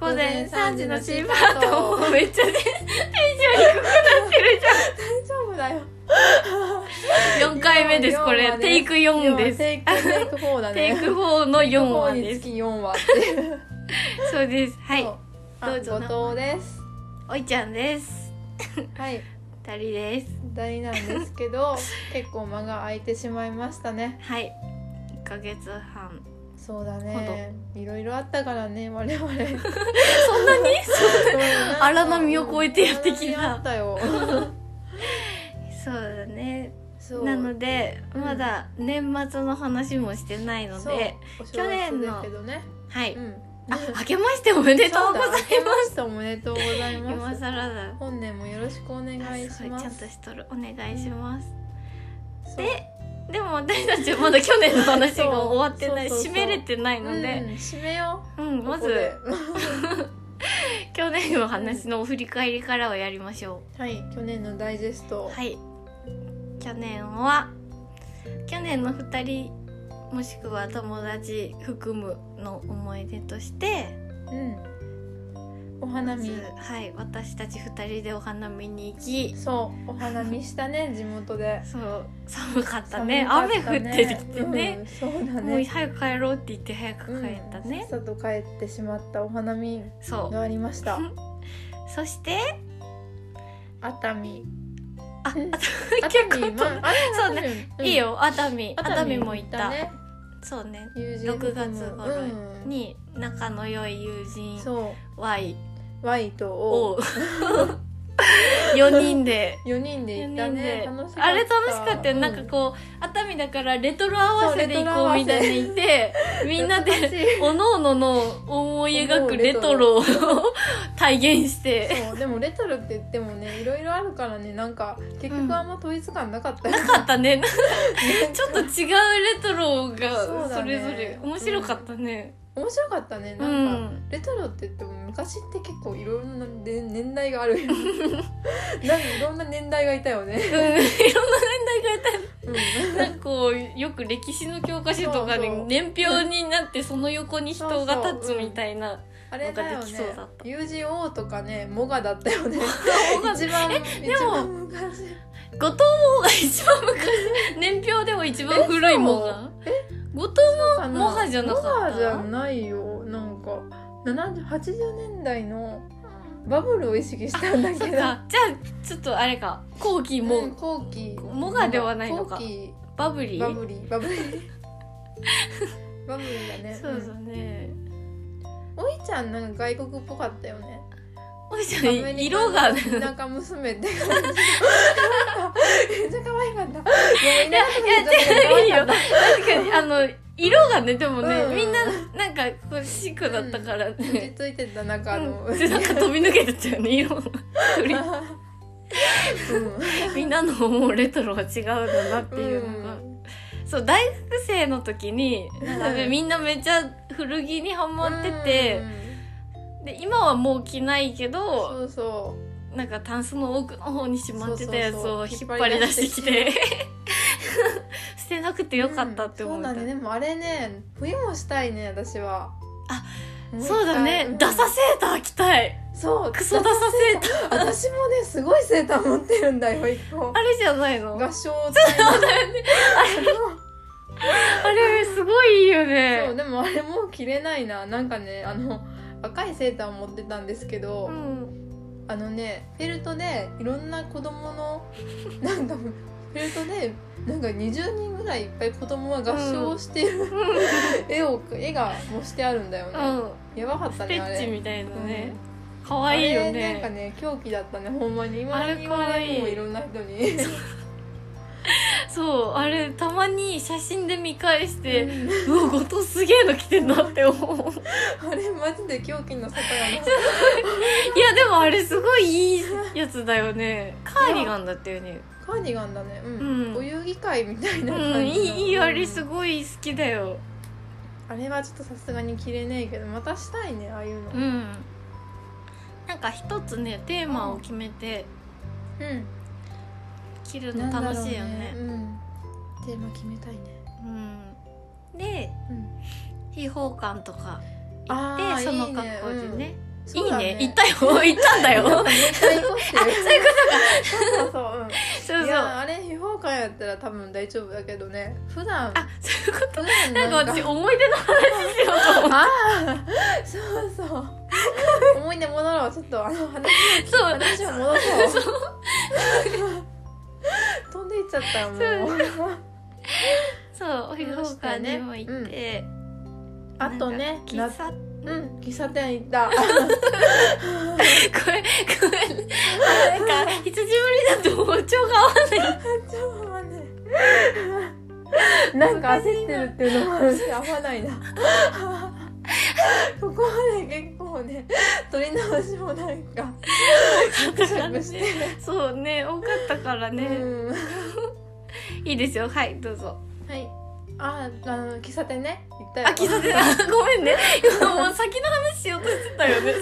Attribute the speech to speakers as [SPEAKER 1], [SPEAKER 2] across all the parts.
[SPEAKER 1] 午前3時の新パートもめっちゃねテンション低くなってる
[SPEAKER 2] 大丈夫だよ
[SPEAKER 1] じゃん4回目ですこ
[SPEAKER 2] 四
[SPEAKER 1] れ
[SPEAKER 2] 話
[SPEAKER 1] テイク4です
[SPEAKER 2] テイクテイク4だね
[SPEAKER 1] テイク4の4話
[SPEAKER 2] テイク
[SPEAKER 1] で
[SPEAKER 2] につ
[SPEAKER 1] す
[SPEAKER 2] き4話って いう
[SPEAKER 1] そうですはい
[SPEAKER 2] そうあ
[SPEAKER 1] どうぞ
[SPEAKER 2] 後藤 です
[SPEAKER 1] おいちゃんです
[SPEAKER 2] はい
[SPEAKER 1] 2人です
[SPEAKER 2] 大なんですけど結構間が空いてしまいましたね
[SPEAKER 1] はい1ヶ月半
[SPEAKER 2] そうだねいろいろあったからね我 々
[SPEAKER 1] そんなに荒
[SPEAKER 2] 荒
[SPEAKER 1] 波を越えてやってきた
[SPEAKER 2] あった よ
[SPEAKER 1] そうだね
[SPEAKER 2] そう
[SPEAKER 1] なので、
[SPEAKER 2] うん
[SPEAKER 1] まだ年末の話もしてないの
[SPEAKER 2] そう
[SPEAKER 1] で
[SPEAKER 2] お正
[SPEAKER 1] 去年
[SPEAKER 2] 月
[SPEAKER 1] の
[SPEAKER 2] だけどね
[SPEAKER 1] はい、
[SPEAKER 2] うん
[SPEAKER 1] あ明けましておめでとうございます
[SPEAKER 2] すおめでとうございま
[SPEAKER 1] 今
[SPEAKER 2] す
[SPEAKER 1] 更だ
[SPEAKER 2] 本年もよろしくお願い
[SPEAKER 1] す
[SPEAKER 2] し
[SPEAKER 1] ごい
[SPEAKER 2] ま
[SPEAKER 1] ちゃん
[SPEAKER 2] す
[SPEAKER 1] としとるお願いします、
[SPEAKER 2] そう
[SPEAKER 1] ででも私たちまだ去年の話が終わってない
[SPEAKER 2] そうそうそう
[SPEAKER 1] 締めれてない
[SPEAKER 2] うん
[SPEAKER 1] ので、
[SPEAKER 2] 締めよ
[SPEAKER 1] うん
[SPEAKER 2] う
[SPEAKER 1] ま
[SPEAKER 2] ここで
[SPEAKER 1] ず去年の話の振り返りからをやりましょ
[SPEAKER 2] はい去年のダイジェス
[SPEAKER 1] う
[SPEAKER 2] ト
[SPEAKER 1] はい去年は去年の2人もしくは友達含むの思い出として
[SPEAKER 2] うんお花見
[SPEAKER 1] まずはい私たち2人でお花見に行き
[SPEAKER 2] そうお花見した ね地元で
[SPEAKER 1] そう寒かったね
[SPEAKER 2] 寒かった
[SPEAKER 1] 雨降ってきてね、
[SPEAKER 2] うんそうだ
[SPEAKER 1] もう
[SPEAKER 2] ね
[SPEAKER 1] 早く帰ろうって言って早く帰った
[SPEAKER 2] うん
[SPEAKER 1] ね、
[SPEAKER 2] さっさと帰ってしまったお花見
[SPEAKER 1] そ
[SPEAKER 2] がありました
[SPEAKER 1] う そして
[SPEAKER 2] 熱海
[SPEAKER 1] あ
[SPEAKER 2] うん
[SPEAKER 1] 結構
[SPEAKER 2] 熱海まあ
[SPEAKER 1] そう
[SPEAKER 2] ね
[SPEAKER 1] いいよ熱海熱
[SPEAKER 2] 熱
[SPEAKER 1] 海
[SPEAKER 2] 海
[SPEAKER 1] も
[SPEAKER 2] も
[SPEAKER 1] 行
[SPEAKER 2] 行
[SPEAKER 1] っ
[SPEAKER 2] ったたね
[SPEAKER 1] そうね
[SPEAKER 2] 友人
[SPEAKER 1] 6月頃
[SPEAKER 2] うん
[SPEAKER 1] に仲の良い友人
[SPEAKER 2] そ
[SPEAKER 1] Y
[SPEAKER 2] う Y と O
[SPEAKER 1] を4人で
[SPEAKER 2] 4人で行っ
[SPEAKER 1] 4
[SPEAKER 2] た
[SPEAKER 1] 人
[SPEAKER 2] ね
[SPEAKER 1] で あれ楽しかったよ、
[SPEAKER 2] う
[SPEAKER 1] なんかこう熱海だからレトロ合わせで行こ
[SPEAKER 2] そうう
[SPEAKER 1] み
[SPEAKER 2] レトロ合わせ
[SPEAKER 1] たいな言ってみんな
[SPEAKER 2] 懐
[SPEAKER 1] で
[SPEAKER 2] かしい
[SPEAKER 1] おのおのの思い描くレトロを体現して
[SPEAKER 2] そうでもレトロって言っても ねいろいろあるからねなんか結局あんま統一感なかったよ、
[SPEAKER 1] なかったねちょっと
[SPEAKER 2] なん
[SPEAKER 1] 違う
[SPEAKER 2] か
[SPEAKER 1] レト
[SPEAKER 2] そ
[SPEAKER 1] ロ
[SPEAKER 2] う
[SPEAKER 1] が
[SPEAKER 2] だ
[SPEAKER 1] そ
[SPEAKER 2] ね
[SPEAKER 1] れぞれ面白かったね
[SPEAKER 2] 面白かったね
[SPEAKER 1] う
[SPEAKER 2] なんか、
[SPEAKER 1] ん
[SPEAKER 2] レトロって言っても昔って結構いろんなで年代があるよ なんかいろんな年代がいたよね、
[SPEAKER 1] うん、いろんな年代がいた
[SPEAKER 2] うん、
[SPEAKER 1] なんかこうよく歴史の教科書とかで
[SPEAKER 2] そうそう
[SPEAKER 1] 年表になってその横に人が立つみたいな
[SPEAKER 2] あれだ
[SPEAKER 1] なん
[SPEAKER 2] よ
[SPEAKER 1] かでき
[SPEAKER 2] ね
[SPEAKER 1] そうだった
[SPEAKER 2] 友人 O とかねモガだったよ ね一番
[SPEAKER 1] でも
[SPEAKER 2] 一番昔
[SPEAKER 1] 後藤もが一番昔年表でも一番古いもが後藤
[SPEAKER 2] かな
[SPEAKER 1] モガじゃなかった
[SPEAKER 2] モガじゃないよなんか70 80年代のバブルを意識したんだけ
[SPEAKER 1] そっ
[SPEAKER 2] ど
[SPEAKER 1] かじゃあちょっとあれか後期も、
[SPEAKER 2] うん後期
[SPEAKER 1] モガではないのか
[SPEAKER 2] 後期
[SPEAKER 1] バブリー
[SPEAKER 2] バブリーバブリ ーバブリーだね
[SPEAKER 1] そうだね、
[SPEAKER 2] うんおいちゃんなんか外国っぽかったよね
[SPEAKER 1] おいちゃ
[SPEAKER 2] アメ
[SPEAKER 1] ん
[SPEAKER 2] リカの
[SPEAKER 1] 色が
[SPEAKER 2] 田舎娘って 感じめっちゃ可愛かったいや
[SPEAKER 1] いや違うよ確かにあの色がねでもね、
[SPEAKER 2] うん
[SPEAKER 1] みんななんかこうシックだったから
[SPEAKER 2] 落ち
[SPEAKER 1] ね、
[SPEAKER 2] 着いてた
[SPEAKER 1] う
[SPEAKER 2] 中あの、
[SPEAKER 1] ん、でなんか飛び抜けてたよね 色が鳥
[SPEAKER 2] うん
[SPEAKER 1] みんなの思うレトロは違うんだなっていうのが、そう大学生の時になんかね
[SPEAKER 2] うん
[SPEAKER 1] みんなめっちゃ古着にハマって
[SPEAKER 2] う
[SPEAKER 1] て、
[SPEAKER 2] ん
[SPEAKER 1] で今はもう着ないけど
[SPEAKER 2] そうそ
[SPEAKER 1] なんかタンスの奥の方にしまってたやつを
[SPEAKER 2] そう
[SPEAKER 1] 引
[SPEAKER 2] そう
[SPEAKER 1] っ
[SPEAKER 2] そう
[SPEAKER 1] 張り出してきて
[SPEAKER 2] 引
[SPEAKER 1] 捨てなくて
[SPEAKER 2] う
[SPEAKER 1] よかったって思
[SPEAKER 2] う
[SPEAKER 1] っ
[SPEAKER 2] ん
[SPEAKER 1] た、
[SPEAKER 2] そうだねでもあれね冬もしたいね私は
[SPEAKER 1] あ
[SPEAKER 2] も一回
[SPEAKER 1] そうだね、
[SPEAKER 2] ん
[SPEAKER 1] ダサセーター着たい
[SPEAKER 2] そう
[SPEAKER 1] クソダサセーター
[SPEAKER 2] 私もねすごいセーター持ってるんだよ一個
[SPEAKER 1] あれじゃないの
[SPEAKER 2] 合唱隊の
[SPEAKER 1] あれすごいいいよ
[SPEAKER 2] そ
[SPEAKER 1] ね
[SPEAKER 2] うでもあれもう着れないななんかねあの赤いセーターを持ってたんですけど、
[SPEAKER 1] うん
[SPEAKER 2] あのねフェルトでいろんな子供の なんかフェルトでなんか20人ぐらいいっぱい子供が合唱をしている、絵を絵がもうしてあるんだよ
[SPEAKER 1] う
[SPEAKER 2] ね、
[SPEAKER 1] ん
[SPEAKER 2] やばかっ
[SPEAKER 1] ス
[SPEAKER 2] た
[SPEAKER 1] テ
[SPEAKER 2] ねあ
[SPEAKER 1] ッチ
[SPEAKER 2] れ
[SPEAKER 1] みたいなね
[SPEAKER 2] うん
[SPEAKER 1] 可愛、いよ
[SPEAKER 2] あれなんか
[SPEAKER 1] ね
[SPEAKER 2] ね狂気だったねほんまに今
[SPEAKER 1] あれ
[SPEAKER 2] に言われる
[SPEAKER 1] 可
[SPEAKER 2] も
[SPEAKER 1] 愛い
[SPEAKER 2] いろんな人に
[SPEAKER 1] そうあれたまに写真で見返し
[SPEAKER 2] う
[SPEAKER 1] て、
[SPEAKER 2] ん
[SPEAKER 1] うわ後藤すげえの着てんなって思う
[SPEAKER 2] あれマジで狂気の沙汰やない
[SPEAKER 1] やでもあれすごいいいやつだよねカーディガンだったよね
[SPEAKER 2] カーディガンだねうん、
[SPEAKER 1] うん
[SPEAKER 2] お遊戯会みたいな感じ
[SPEAKER 1] う
[SPEAKER 2] の
[SPEAKER 1] んいいいいあれす
[SPEAKER 2] うん
[SPEAKER 1] ごい好きだよ
[SPEAKER 2] あれはちょっとさすがに着れねえけどまたしたいねああいうの
[SPEAKER 1] うん、なんか一つねテーマを決めて
[SPEAKER 2] うん
[SPEAKER 1] 着る
[SPEAKER 2] な
[SPEAKER 1] の
[SPEAKER 2] んだろう
[SPEAKER 1] 楽しいよね
[SPEAKER 2] うん、テーマ決めたいね、
[SPEAKER 1] うんで
[SPEAKER 2] うん、
[SPEAKER 1] 秘宝館とか
[SPEAKER 2] あ
[SPEAKER 1] で
[SPEAKER 2] ー
[SPEAKER 1] その
[SPEAKER 2] いい
[SPEAKER 1] 格好でねい
[SPEAKER 2] そう
[SPEAKER 1] い
[SPEAKER 2] だ
[SPEAKER 1] ね行ったよ 行ったんだ
[SPEAKER 2] なん
[SPEAKER 1] よ
[SPEAKER 2] かもう一回行こうっていう そうそうそう、うん
[SPEAKER 1] そうそう
[SPEAKER 2] いや
[SPEAKER 1] あ
[SPEAKER 2] あれ秘宝館やったら多分大丈夫だけどね普段
[SPEAKER 1] そういうこと
[SPEAKER 2] 普段
[SPEAKER 1] なんか私思い出の話しようと思っ
[SPEAKER 2] ああそうそう思い出戻ろうちょっとあの話
[SPEAKER 1] てそう
[SPEAKER 2] 話を戻そう飛んでいっちゃったもう
[SPEAKER 1] そう秘宝館にも行って、
[SPEAKER 2] あとね
[SPEAKER 1] なん
[SPEAKER 2] 夏
[SPEAKER 1] か
[SPEAKER 2] うん喫茶店行った
[SPEAKER 1] 喫茶これこれなんか久しぶりだと包丁が合わな
[SPEAKER 2] ち
[SPEAKER 1] い
[SPEAKER 2] ょっと待ってなんか焦ってるっていうのもあるし合わないなここまで結構ね取り直しもなんかギクシャク して、
[SPEAKER 1] そうね多かったからね、
[SPEAKER 2] うん
[SPEAKER 1] いいですよはいどうぞ
[SPEAKER 2] はい。あ、あの喫茶店ね。行ったよ。
[SPEAKER 1] あ喫茶店あごめんね今もう先の話しようとしてたよね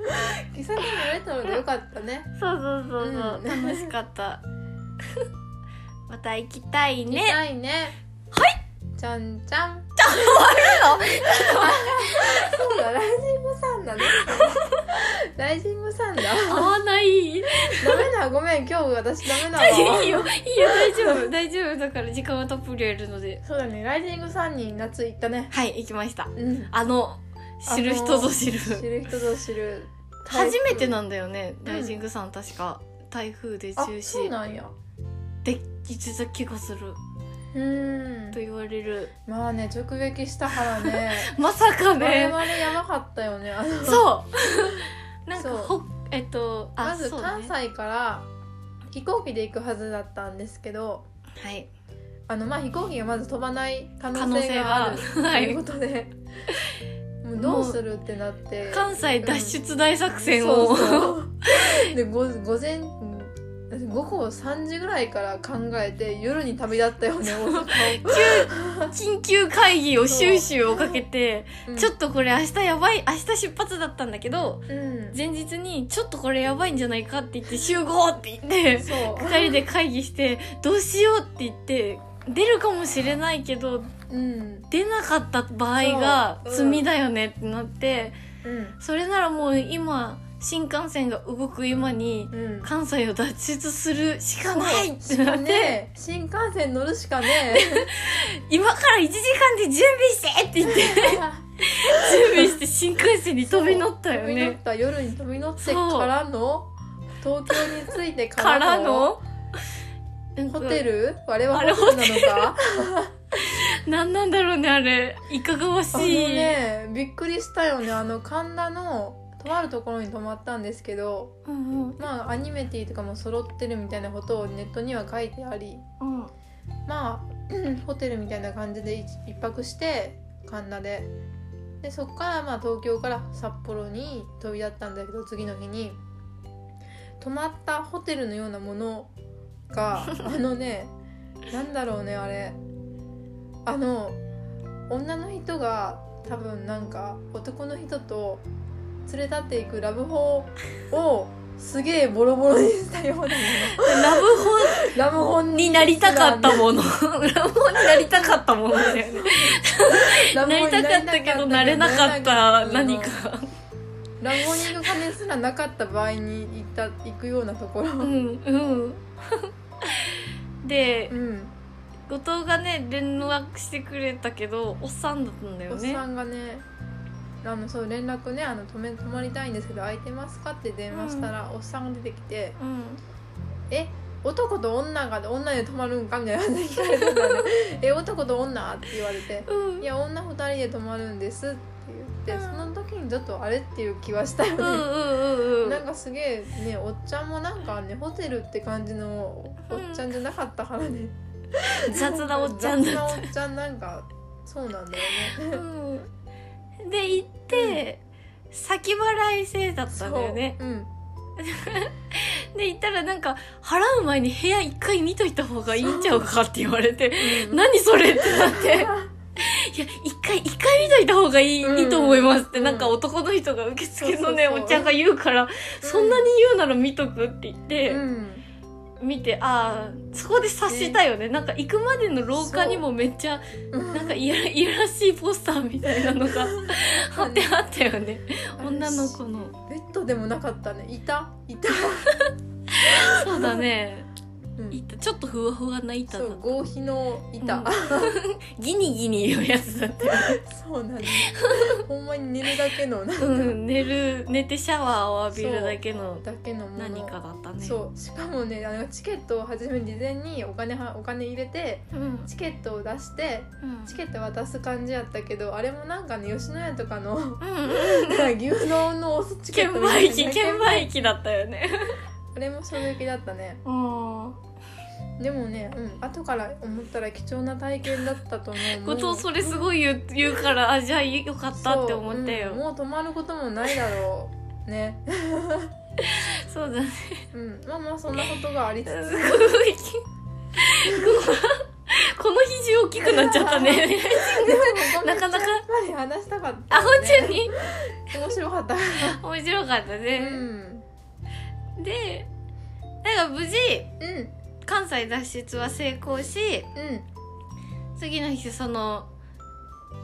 [SPEAKER 2] 喫茶店のレトロでよかったね。
[SPEAKER 1] そうそうそうそう、
[SPEAKER 2] うん
[SPEAKER 1] 楽しかったまた行きたい
[SPEAKER 2] 行き
[SPEAKER 1] ね
[SPEAKER 2] たいね。はい。じゃんじゃん。 そうだ、ライジングサンだね。ライジングサンだ。
[SPEAKER 1] 合わないいいよ
[SPEAKER 2] ダメだ、ごめん、今日私ダメだわ。
[SPEAKER 1] いいよ大丈夫大丈夫だから時間はたっぷりあるので
[SPEAKER 2] そうだね、ライジングサンに夏行ったね。
[SPEAKER 1] はい行きました
[SPEAKER 2] うん。
[SPEAKER 1] あの知る人ぞ知る
[SPEAKER 2] 知る人ぞ知る。
[SPEAKER 1] 初めて
[SPEAKER 2] の。
[SPEAKER 1] なんだよね、ライジングさん確か台風で
[SPEAKER 2] あ
[SPEAKER 1] 中、
[SPEAKER 2] そう
[SPEAKER 1] 止
[SPEAKER 2] なんや。
[SPEAKER 1] できてた気がする
[SPEAKER 2] うん
[SPEAKER 1] と。言われ る
[SPEAKER 2] まあね、直撃したから ね。
[SPEAKER 1] まさか
[SPEAKER 2] 我
[SPEAKER 1] ね
[SPEAKER 2] 々やばかったよね。あの
[SPEAKER 1] そ うなんか
[SPEAKER 2] そう
[SPEAKER 1] ほえっとあ
[SPEAKER 2] まず
[SPEAKER 1] そう
[SPEAKER 2] 関
[SPEAKER 1] ね
[SPEAKER 2] 西から飛行機で行くはずだったんですけど
[SPEAKER 1] はい
[SPEAKER 2] あのまあ飛行機がまず飛ばない可
[SPEAKER 1] 可
[SPEAKER 2] 能
[SPEAKER 1] 能
[SPEAKER 2] 性
[SPEAKER 1] 性
[SPEAKER 2] がある
[SPEAKER 1] は
[SPEAKER 2] と
[SPEAKER 1] は
[SPEAKER 2] いう
[SPEAKER 1] い
[SPEAKER 2] ことで、もうどうするってなって
[SPEAKER 1] 関西脱出大作戦
[SPEAKER 2] そ
[SPEAKER 1] を、
[SPEAKER 2] うそうでご午前うん午後3時ぐらいから考えて夜に旅立ったよね大阪を
[SPEAKER 1] 緊急会議を収集をかけて、
[SPEAKER 2] うん
[SPEAKER 1] ちょっとこれ明日やばい明日出発だったんだけど
[SPEAKER 2] うん
[SPEAKER 1] 前日にちょっとこれやばいんじゃないかって言って集合って言って
[SPEAKER 2] そう
[SPEAKER 1] 2人で会議してどうしようって言って出るかもしれないけど
[SPEAKER 2] うん
[SPEAKER 1] 出なかった場合が
[SPEAKER 2] そううん
[SPEAKER 1] 罪だよねってなって
[SPEAKER 2] うん
[SPEAKER 1] それならもう今新幹線が動く今に
[SPEAKER 2] うん
[SPEAKER 1] 関西を脱出するしかないってなって、
[SPEAKER 2] ね新幹線乗るしかね
[SPEAKER 1] 今から1時間で準備してって 言って準備して新幹線に飛び乗ったよ
[SPEAKER 2] 飛び乗っ
[SPEAKER 1] ね。
[SPEAKER 2] た夜に飛び乗ってからの東京に着いてか
[SPEAKER 1] からら
[SPEAKER 2] の
[SPEAKER 1] の
[SPEAKER 2] ホテ
[SPEAKER 1] ル
[SPEAKER 2] ルあれはホテルなのか
[SPEAKER 1] 何なんだろうねあれいかがわし
[SPEAKER 2] あの
[SPEAKER 1] い、
[SPEAKER 2] ねびっくりしたよねあの神田のとあるところに泊まったんですけど
[SPEAKER 1] うんうん
[SPEAKER 2] まあアニメティとかも揃ってるみたいなことをネットには書いてあり
[SPEAKER 1] うん
[SPEAKER 2] まあうんホテルみたいな感じで一一泊して神田ででそっからまあ東京から札幌に飛び立ったんだけど次の日に泊まったホテルのようなものがあのねなんだろうねあれあの女の人が多分なんか男の人と連れ立っていくラブホをすげえボロボロにしたようなもの
[SPEAKER 1] ラブホ
[SPEAKER 2] ラブホ
[SPEAKER 1] になりたかった ものラブホになりたかったものだよね
[SPEAKER 2] ラブ
[SPEAKER 1] な
[SPEAKER 2] ホ
[SPEAKER 1] り
[SPEAKER 2] に
[SPEAKER 1] たかったけどなれなかった何か
[SPEAKER 2] ラブホに行く金すらなかった場合に行った行くようなところ
[SPEAKER 1] うんうんで
[SPEAKER 2] うん
[SPEAKER 1] 後藤がね連絡してくれたけどおっさんだったんだよ
[SPEAKER 2] おっ
[SPEAKER 1] ね
[SPEAKER 2] さんがねあのそう連絡ねあの泊め泊まりたいんですけど空いてますかって電話したら、おっさんが出てきて
[SPEAKER 1] うん
[SPEAKER 2] え男と女が女で泊まるんかみたいな感じで聞かれたから、ね、 え男と女って言われて
[SPEAKER 1] うん
[SPEAKER 2] いや女二人で泊まるんですって言って、
[SPEAKER 1] うん
[SPEAKER 2] その時にちょっとあれっていう気はしたよね、
[SPEAKER 1] うんうんうんう
[SPEAKER 2] なん
[SPEAKER 1] ん
[SPEAKER 2] かすげえねおっちゃんもなんかねホテルって感じのおっちゃんじゃなかったからね、
[SPEAKER 1] 雑なおっちゃん
[SPEAKER 2] 雑
[SPEAKER 1] だ
[SPEAKER 2] なおっちゃんなんかそうなんだよね
[SPEAKER 1] うんで行って、先払い制だったんだよね
[SPEAKER 2] そううん
[SPEAKER 1] で行ったらなんか払う前に部屋一回見といた方がいいんちゃうかって言われて
[SPEAKER 2] うん
[SPEAKER 1] 何それってなっていや一回一回見といた方がいい,、
[SPEAKER 2] うん
[SPEAKER 1] いいと思いますって、
[SPEAKER 2] うん
[SPEAKER 1] なんか男の人が受付のね
[SPEAKER 2] そうそうそう
[SPEAKER 1] おっちゃんが言うから、そんなに言うなら見とくって言って、
[SPEAKER 2] うん
[SPEAKER 1] 見てああそこで察したよねなんか行くまでの廊下にもめっちゃなんかいやいやらしいポスターみたいなのが貼ってあったよね 女の子の
[SPEAKER 2] ベッドでもなかったねいたいた、
[SPEAKER 1] そうだね
[SPEAKER 2] うん
[SPEAKER 1] 板ちょっとふわふわな板
[SPEAKER 2] そ
[SPEAKER 1] だっ
[SPEAKER 2] う合皮の板、
[SPEAKER 1] うんギニギニいうやつだったよ
[SPEAKER 2] そうなんだほんまに寝るだけのなんか、
[SPEAKER 1] うん寝る寝てシャワーを浴びるだけの
[SPEAKER 2] だけのもの
[SPEAKER 1] 何かだったね
[SPEAKER 2] そうしかもねあのチケットを初めに事前にお金はお金入れて
[SPEAKER 1] うん、うん、
[SPEAKER 2] チケットを出してチケット渡す感じやったけどあれもなんかね吉野家とかの
[SPEAKER 1] うん
[SPEAKER 2] 牛丼のお酢チケッ
[SPEAKER 1] 券
[SPEAKER 2] トみたい
[SPEAKER 1] 売
[SPEAKER 2] な
[SPEAKER 1] 機券売機だったよね
[SPEAKER 2] あれも衝撃だったね
[SPEAKER 1] うん
[SPEAKER 2] でもね、うん、後から思ったら貴重な体験だったと思うも
[SPEAKER 1] 後
[SPEAKER 2] う
[SPEAKER 1] 藤それすごい言う言うからあじゃあよかったって思ったよ
[SPEAKER 2] そううんもう止まることもないだろうね
[SPEAKER 1] そうだね
[SPEAKER 2] うんまあまあそんなことがあ りつ
[SPEAKER 1] す
[SPEAKER 2] つ
[SPEAKER 1] ごいこの肘大きくなっちゃったねなかな
[SPEAKER 2] やっ
[SPEAKER 1] か
[SPEAKER 2] ぱり話したかった
[SPEAKER 1] あ
[SPEAKER 2] よ
[SPEAKER 1] 本
[SPEAKER 2] ね、
[SPEAKER 1] 当に
[SPEAKER 2] 面白かった
[SPEAKER 1] 面白かった
[SPEAKER 2] う
[SPEAKER 1] ね、
[SPEAKER 2] ん
[SPEAKER 1] でなんか無事
[SPEAKER 2] うん
[SPEAKER 1] 関西脱出は成功し
[SPEAKER 2] うん
[SPEAKER 1] 次の日その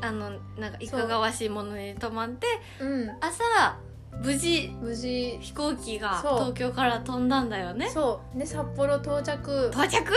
[SPEAKER 1] あのなんかいかがわしいものに泊まって
[SPEAKER 2] うん
[SPEAKER 1] 朝無事
[SPEAKER 2] 無事
[SPEAKER 1] 飛行機が
[SPEAKER 2] そう
[SPEAKER 1] 東京から飛んだんだよね
[SPEAKER 2] そうね札幌到着
[SPEAKER 1] 到着やったー着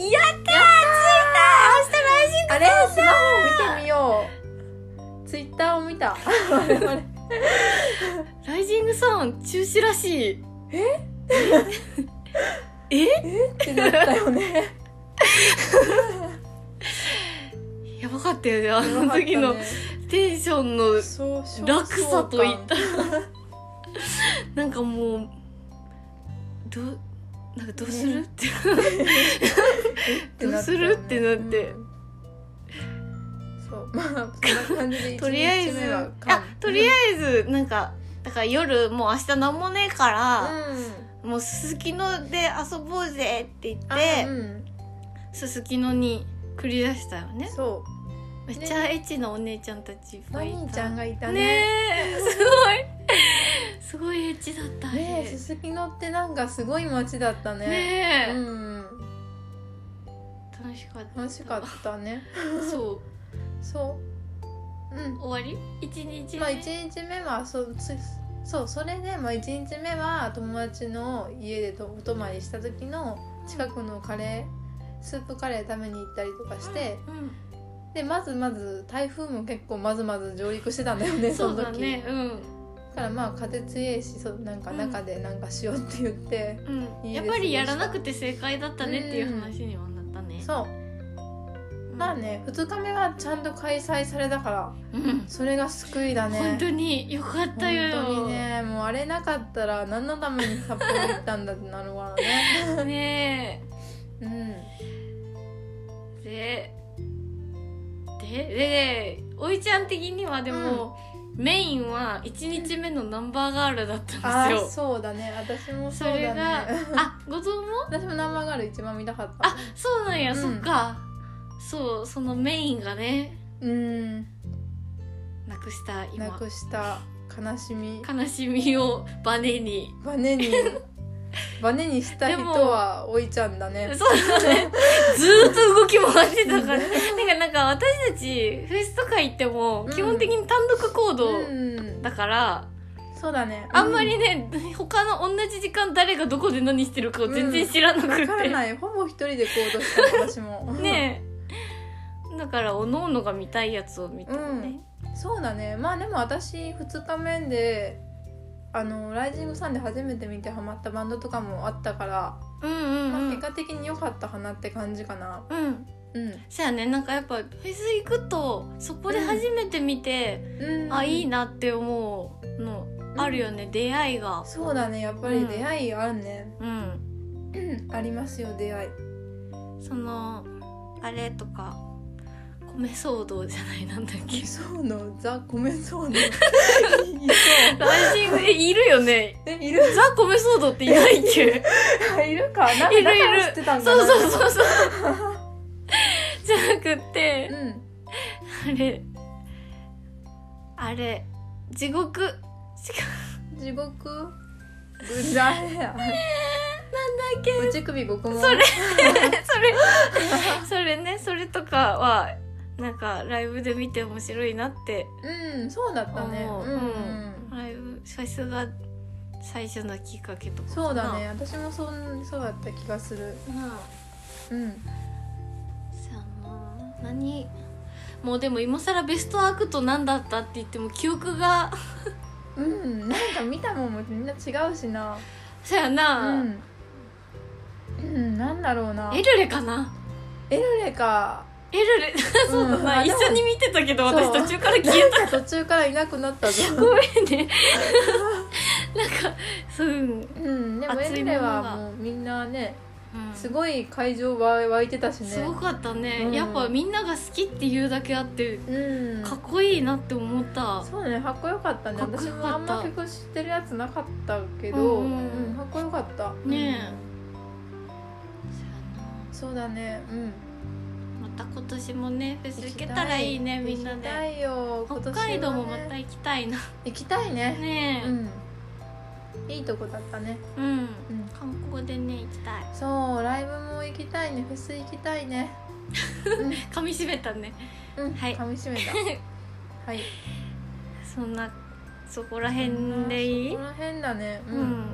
[SPEAKER 1] い
[SPEAKER 2] あれスマホを見てみようツイッターを見た我々
[SPEAKER 1] たライジングサン中止らしい
[SPEAKER 2] えってなったよね
[SPEAKER 1] やばかったよねあの時のテンションの
[SPEAKER 2] そう焦燥感
[SPEAKER 1] 落差といったらなんかもうどうなんかどうする、
[SPEAKER 2] ね
[SPEAKER 1] って
[SPEAKER 2] ってなったよね
[SPEAKER 1] どうするってなって
[SPEAKER 2] うんそうまあそんな感じで
[SPEAKER 1] とりあえ
[SPEAKER 2] 一
[SPEAKER 1] ず
[SPEAKER 2] 日目は
[SPEAKER 1] あ とりあえずなんかだから夜もう明日何もねえから、
[SPEAKER 2] う
[SPEAKER 1] もうすすきので遊ぼうぜって言
[SPEAKER 2] ん
[SPEAKER 1] って
[SPEAKER 2] あうん
[SPEAKER 1] すすきのに繰り出したよね
[SPEAKER 2] そ
[SPEAKER 1] めっちゃエッチなお姉ちゃんたちいっ
[SPEAKER 2] う
[SPEAKER 1] ぱ
[SPEAKER 2] マ
[SPEAKER 1] いい
[SPEAKER 2] ニ
[SPEAKER 1] た
[SPEAKER 2] ーちゃんがいた
[SPEAKER 1] ね
[SPEAKER 2] ね
[SPEAKER 1] え すごいすごいエッチだったあれ
[SPEAKER 2] ねえすすきのってなんかすごい街だったね
[SPEAKER 1] ねえ、
[SPEAKER 2] うん
[SPEAKER 1] 楽しかった
[SPEAKER 2] 楽しかったね
[SPEAKER 1] そう
[SPEAKER 2] そううん
[SPEAKER 1] 終わり一日目
[SPEAKER 2] まあ1日目はそうつそうそれで、まあ、1日目は友達の家でとお泊まりした時の近くのカレースープカレー食べに行ったりとかして、
[SPEAKER 1] うん
[SPEAKER 2] でまずまず台風も結構まずまず上陸してたんだよねそ
[SPEAKER 1] そう
[SPEAKER 2] の
[SPEAKER 1] だ
[SPEAKER 2] 時
[SPEAKER 1] ねうん
[SPEAKER 2] だからまあ風強いしそうなんか中でなんかしようって言って、
[SPEAKER 1] うん
[SPEAKER 2] いい
[SPEAKER 1] や
[SPEAKER 2] です
[SPEAKER 1] っぱりやらなくて正解だったねっていう話にはなったね
[SPEAKER 2] そう
[SPEAKER 1] うん
[SPEAKER 2] まあね2日目はちゃんと開催されたから
[SPEAKER 1] うん
[SPEAKER 2] それが救いだね
[SPEAKER 1] 本当によかったよ
[SPEAKER 2] 本当にねもうあれなかったら何のために札幌行ったんだってなるからね
[SPEAKER 1] ね
[SPEAKER 2] うん
[SPEAKER 1] えででででおいちゃん的にはでも、メインは1日目のナンバーガールだった
[SPEAKER 2] あ
[SPEAKER 1] んで
[SPEAKER 2] ー
[SPEAKER 1] すよ
[SPEAKER 2] そうだね私も
[SPEAKER 1] そ
[SPEAKER 2] そう
[SPEAKER 1] れ
[SPEAKER 2] だ
[SPEAKER 1] が
[SPEAKER 2] ね
[SPEAKER 1] あ後藤も
[SPEAKER 2] 私も生ガール一番見たかった
[SPEAKER 1] あそうなんや、
[SPEAKER 2] うん
[SPEAKER 1] そっかそうそのメインがね
[SPEAKER 2] うん
[SPEAKER 1] なくした
[SPEAKER 2] な
[SPEAKER 1] 今
[SPEAKER 2] くした悲しみ
[SPEAKER 1] 悲しみをバネに
[SPEAKER 2] バネ にバネにした人はおいちゃんだね
[SPEAKER 1] そうだ ねずーっと動き回ってたからなんかなんか私たちフェスとか行っても
[SPEAKER 2] うん
[SPEAKER 1] 基本的に単独行動
[SPEAKER 2] うん
[SPEAKER 1] だから、
[SPEAKER 2] そうだね
[SPEAKER 1] あんまりね、他の同じ時間誰がどこで何してるかを全然知らなくて、
[SPEAKER 2] 分からないほぼ一人で行動した私も
[SPEAKER 1] ねえだからおのおのが見たいやつを見てね、
[SPEAKER 2] そうだねまあでも私2日目であのライジングサンで初めて見てハマったバンドとかもあったから、
[SPEAKER 1] うん、うんう
[SPEAKER 2] まあ、
[SPEAKER 1] ん
[SPEAKER 2] 結果的に良かったかなって感じかな
[SPEAKER 1] うん
[SPEAKER 2] うん、
[SPEAKER 1] そやねなんかやっぱフェス行くとそこで初めて見て、
[SPEAKER 2] うん、
[SPEAKER 1] あいいなって思うのあるよね、出会いが
[SPEAKER 2] そうだねやっぱり出会いあるね、
[SPEAKER 1] うん
[SPEAKER 2] ありますよ出会い
[SPEAKER 1] そのあれとか米騒動じゃないなんだっけ
[SPEAKER 2] そうのザ・コメそうのいそ
[SPEAKER 1] ライジングえいるよね
[SPEAKER 2] うえいる
[SPEAKER 1] ザ・米騒動っていないっけ
[SPEAKER 2] いるかなんか
[SPEAKER 1] いるいる
[SPEAKER 2] だから知ってたん
[SPEAKER 1] そ
[SPEAKER 2] か
[SPEAKER 1] う
[SPEAKER 2] な
[SPEAKER 1] そうそう そうじゃなくって
[SPEAKER 2] うん
[SPEAKER 1] あれあれ地獄違う
[SPEAKER 2] 地獄ぐらいや
[SPEAKER 1] っけ
[SPEAKER 2] 内首5個も
[SPEAKER 1] それそれそれねそれとかはなんかライブで見て面白いなって
[SPEAKER 2] うんそうだったね
[SPEAKER 1] 思う
[SPEAKER 2] うん、
[SPEAKER 1] うんライブフェスが最初のきっかけとかかな
[SPEAKER 2] そうだね私もそんそうだった気がする
[SPEAKER 1] なあ
[SPEAKER 2] うん
[SPEAKER 1] さあもう何もうでも今更ベストアクト何だったって言っても記憶が
[SPEAKER 2] うんなんか見たもんもみんな違うしな
[SPEAKER 1] そや
[SPEAKER 2] う
[SPEAKER 1] な、
[SPEAKER 2] ん、うん、なんだろうな
[SPEAKER 1] エルレかな
[SPEAKER 2] エルレか
[SPEAKER 1] エルレ そうだな、
[SPEAKER 2] うん
[SPEAKER 1] 一緒に見てたけど
[SPEAKER 2] そう
[SPEAKER 1] 私途中から消
[SPEAKER 2] な
[SPEAKER 1] え
[SPEAKER 2] ん か途中からいなくなったぞ
[SPEAKER 1] たごめんね なんかそううん
[SPEAKER 2] うんでもエ
[SPEAKER 1] 熱い
[SPEAKER 2] ル
[SPEAKER 1] もの
[SPEAKER 2] レ
[SPEAKER 1] が
[SPEAKER 2] はもうみんなねす
[SPEAKER 1] す
[SPEAKER 2] ごい会場は湧いてたしね
[SPEAKER 1] ごかったね、
[SPEAKER 2] うん
[SPEAKER 1] やっぱみんなが好きっていうだけあって
[SPEAKER 2] うん
[SPEAKER 1] かっこいいなって思った
[SPEAKER 2] そうねかっこよかったね
[SPEAKER 1] かっこ
[SPEAKER 2] 私
[SPEAKER 1] よかった
[SPEAKER 2] もあんま曲知ってるやつなかったけど、
[SPEAKER 1] う
[SPEAKER 2] うんんかっこよかった
[SPEAKER 1] ね
[SPEAKER 2] うんそうだねうん
[SPEAKER 1] また今年もねフェス行けたらいいねみんな
[SPEAKER 2] 行き
[SPEAKER 1] で、
[SPEAKER 2] たいよ今
[SPEAKER 1] 北
[SPEAKER 2] 年は
[SPEAKER 1] 海道もま
[SPEAKER 2] ね
[SPEAKER 1] た行きたいな
[SPEAKER 2] 行きたいね
[SPEAKER 1] ねえ
[SPEAKER 2] うんいいとこだったね
[SPEAKER 1] うん、
[SPEAKER 2] うん
[SPEAKER 1] 観光でね行きたい
[SPEAKER 2] そうライブも行きたいねフェス行きたいねう
[SPEAKER 1] 噛みしめたね
[SPEAKER 2] ん、うん、
[SPEAKER 1] はい
[SPEAKER 2] 噛み締めた はい
[SPEAKER 1] そんなそこら辺でいい
[SPEAKER 2] この辺だねう、
[SPEAKER 1] うんん、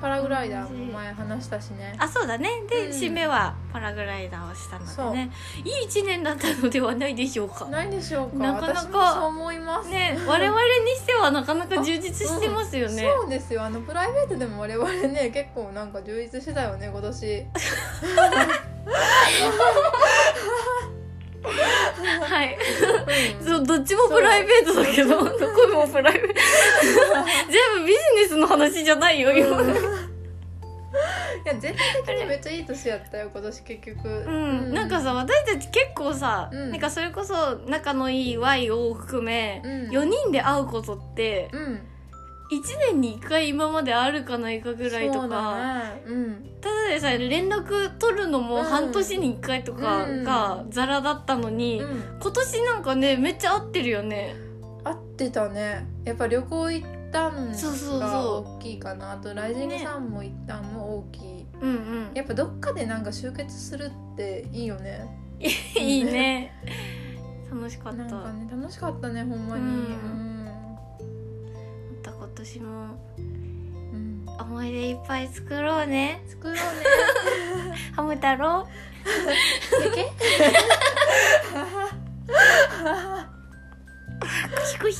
[SPEAKER 2] パラグライダーも前話したしね
[SPEAKER 1] あそうだねで、
[SPEAKER 2] うん
[SPEAKER 1] 締めはパラグライダーをしたのでねいい一年だったのではないでしょうか
[SPEAKER 2] ないでしょうか
[SPEAKER 1] なかなか
[SPEAKER 2] 私もそう思います
[SPEAKER 1] ね我々にしてはなかなか充実してますよね、
[SPEAKER 2] そうですよあのプライベートでも我々ね結構なんか充実してたよね今 年
[SPEAKER 1] はい
[SPEAKER 2] うん
[SPEAKER 1] そうどっちもプライベートだけどどこもプライベー ト全部ビジネスの話じゃないよ今、
[SPEAKER 2] うんいや全体的にめっちゃいい年やったよ今年結局う
[SPEAKER 1] うん、なんかさ私たち結構さ、
[SPEAKER 2] うん
[SPEAKER 1] なんかそれこそ仲のいい Y を含め、
[SPEAKER 2] うん
[SPEAKER 1] 4人で会うことって
[SPEAKER 2] うん
[SPEAKER 1] 1年に1回今まであるかないかぐらいと
[SPEAKER 2] そう
[SPEAKER 1] か、
[SPEAKER 2] だねうん
[SPEAKER 1] ただでさえ連絡取るのも
[SPEAKER 2] うん
[SPEAKER 1] 半年に1回とかがザラだったのに、
[SPEAKER 2] うん
[SPEAKER 1] 今年なんかねめっちゃ会ってるよね
[SPEAKER 2] 合ってたねやっぱ旅行行ったん
[SPEAKER 1] そうそうそう
[SPEAKER 2] が大きいかなあとライジングさんも行ったんも大きい、
[SPEAKER 1] うんうん
[SPEAKER 2] やっぱどっかでなんか集結するっていいよね
[SPEAKER 1] いいね楽しかった
[SPEAKER 2] なんか
[SPEAKER 1] ま
[SPEAKER 2] ね楽しかったねほんまにう
[SPEAKER 1] う
[SPEAKER 2] んん
[SPEAKER 1] た今年も
[SPEAKER 2] うん
[SPEAKER 1] 思い出いっぱい作ろうね
[SPEAKER 2] 作ろうね
[SPEAKER 1] ハム太
[SPEAKER 2] だ
[SPEAKER 1] 郎
[SPEAKER 2] け
[SPEAKER 1] コシコシ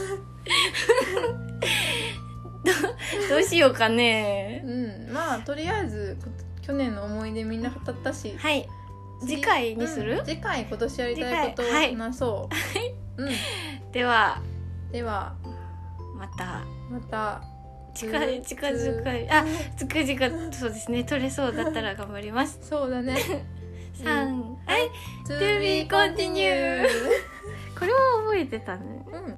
[SPEAKER 1] どどうしようかね
[SPEAKER 2] うんまあとりあえずこ去年の思い出みんな語ったし
[SPEAKER 1] はい次回にする
[SPEAKER 2] うん次回今年やりたいことを
[SPEAKER 1] 次回 はい
[SPEAKER 2] 話そうはい、
[SPEAKER 1] では
[SPEAKER 2] うん、では
[SPEAKER 1] また
[SPEAKER 2] また
[SPEAKER 1] 近い
[SPEAKER 2] ず
[SPEAKER 1] 近い
[SPEAKER 2] ず
[SPEAKER 1] 近いあ近い近いそうですね取れそうだったら頑張ります
[SPEAKER 2] そうだね
[SPEAKER 1] 三はい
[SPEAKER 2] To
[SPEAKER 1] be continued これは覚えてたね
[SPEAKER 2] うん